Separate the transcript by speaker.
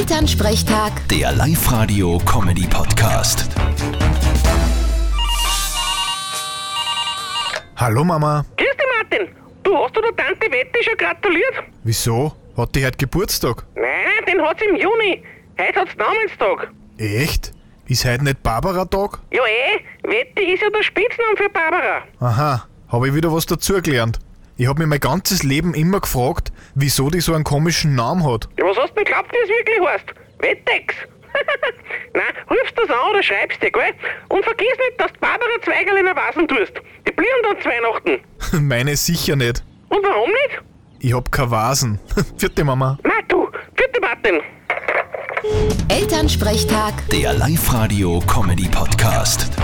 Speaker 1: Elternsprechtag,
Speaker 2: Der Live-Radio-Comedy-Podcast.
Speaker 3: Hallo Mama.
Speaker 4: Grüß dich, Martin. Du hast du der Tante Wette schon gratuliert?
Speaker 3: Wieso? Hat die heute Geburtstag?
Speaker 4: Nein, den hat sie im Juni. Heute hat's Namenstag.
Speaker 3: Echt? Ist heute nicht Barbara-Tag?
Speaker 4: Ja eh, Wette ist ja der Spitzname für Barbara.
Speaker 3: Aha, habe ich wieder was dazugelernt. Ich habe mir mein ganzes Leben immer gefragt, wieso die so einen komischen Namen hat.
Speaker 4: Ja, was hast du denn geglaubt, wie es wirklich heißt? Wettex. Nein, rufst das an oder schreibst dir, gell? Und vergiss nicht, dass du Barbara Zweigerl in der Vasen tust. Die blühen dann zu Weihnachten.
Speaker 3: Meine sicher nicht.
Speaker 4: Und warum nicht?
Speaker 3: Ich hab keine Vasen. Vierte Mama.
Speaker 4: Na du, vierte Martin.
Speaker 1: Elternsprechtag.
Speaker 2: Der Live-Radio-Comedy-Podcast.